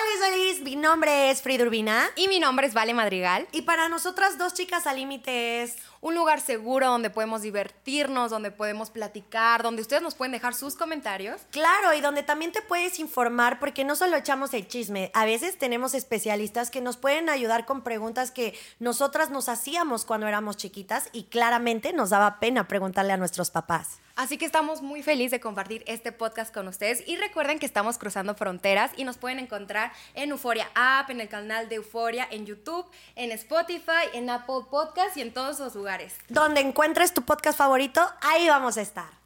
Families, mi nombre es Frida Urbina Y mi nombre es Vale Madrigal. y para nosotras dos chicas al límite es Un lugar seguro donde podemos divertirnos, donde podemos platicar, donde ustedes nos pueden dejar sus comentarios. claro y donde también te puedes informar porque no solo echamos el chisme, a veces tenemos especialistas que nos pueden ayudar con preguntas que nosotras nos hacíamos cuando éramos chiquitas y claramente nos daba pena preguntarle a nuestros papás. Así que estamos muy felices de compartir este podcast con ustedes y recuerden que estamos cruzando fronteras y nos pueden encontrar en Euforia App, en el canal de Euforia, en YouTube, en Spotify, en Apple Podcast y en todos los lugares. Donde encuentres tu podcast favorito, ahí vamos a estar.